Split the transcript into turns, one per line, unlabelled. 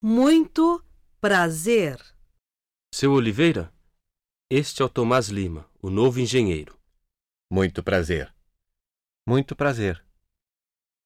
Muito prazer.
Seu Oliveira, este é o Tomás Lima, o novo engenheiro.
Muito prazer. Muito prazer.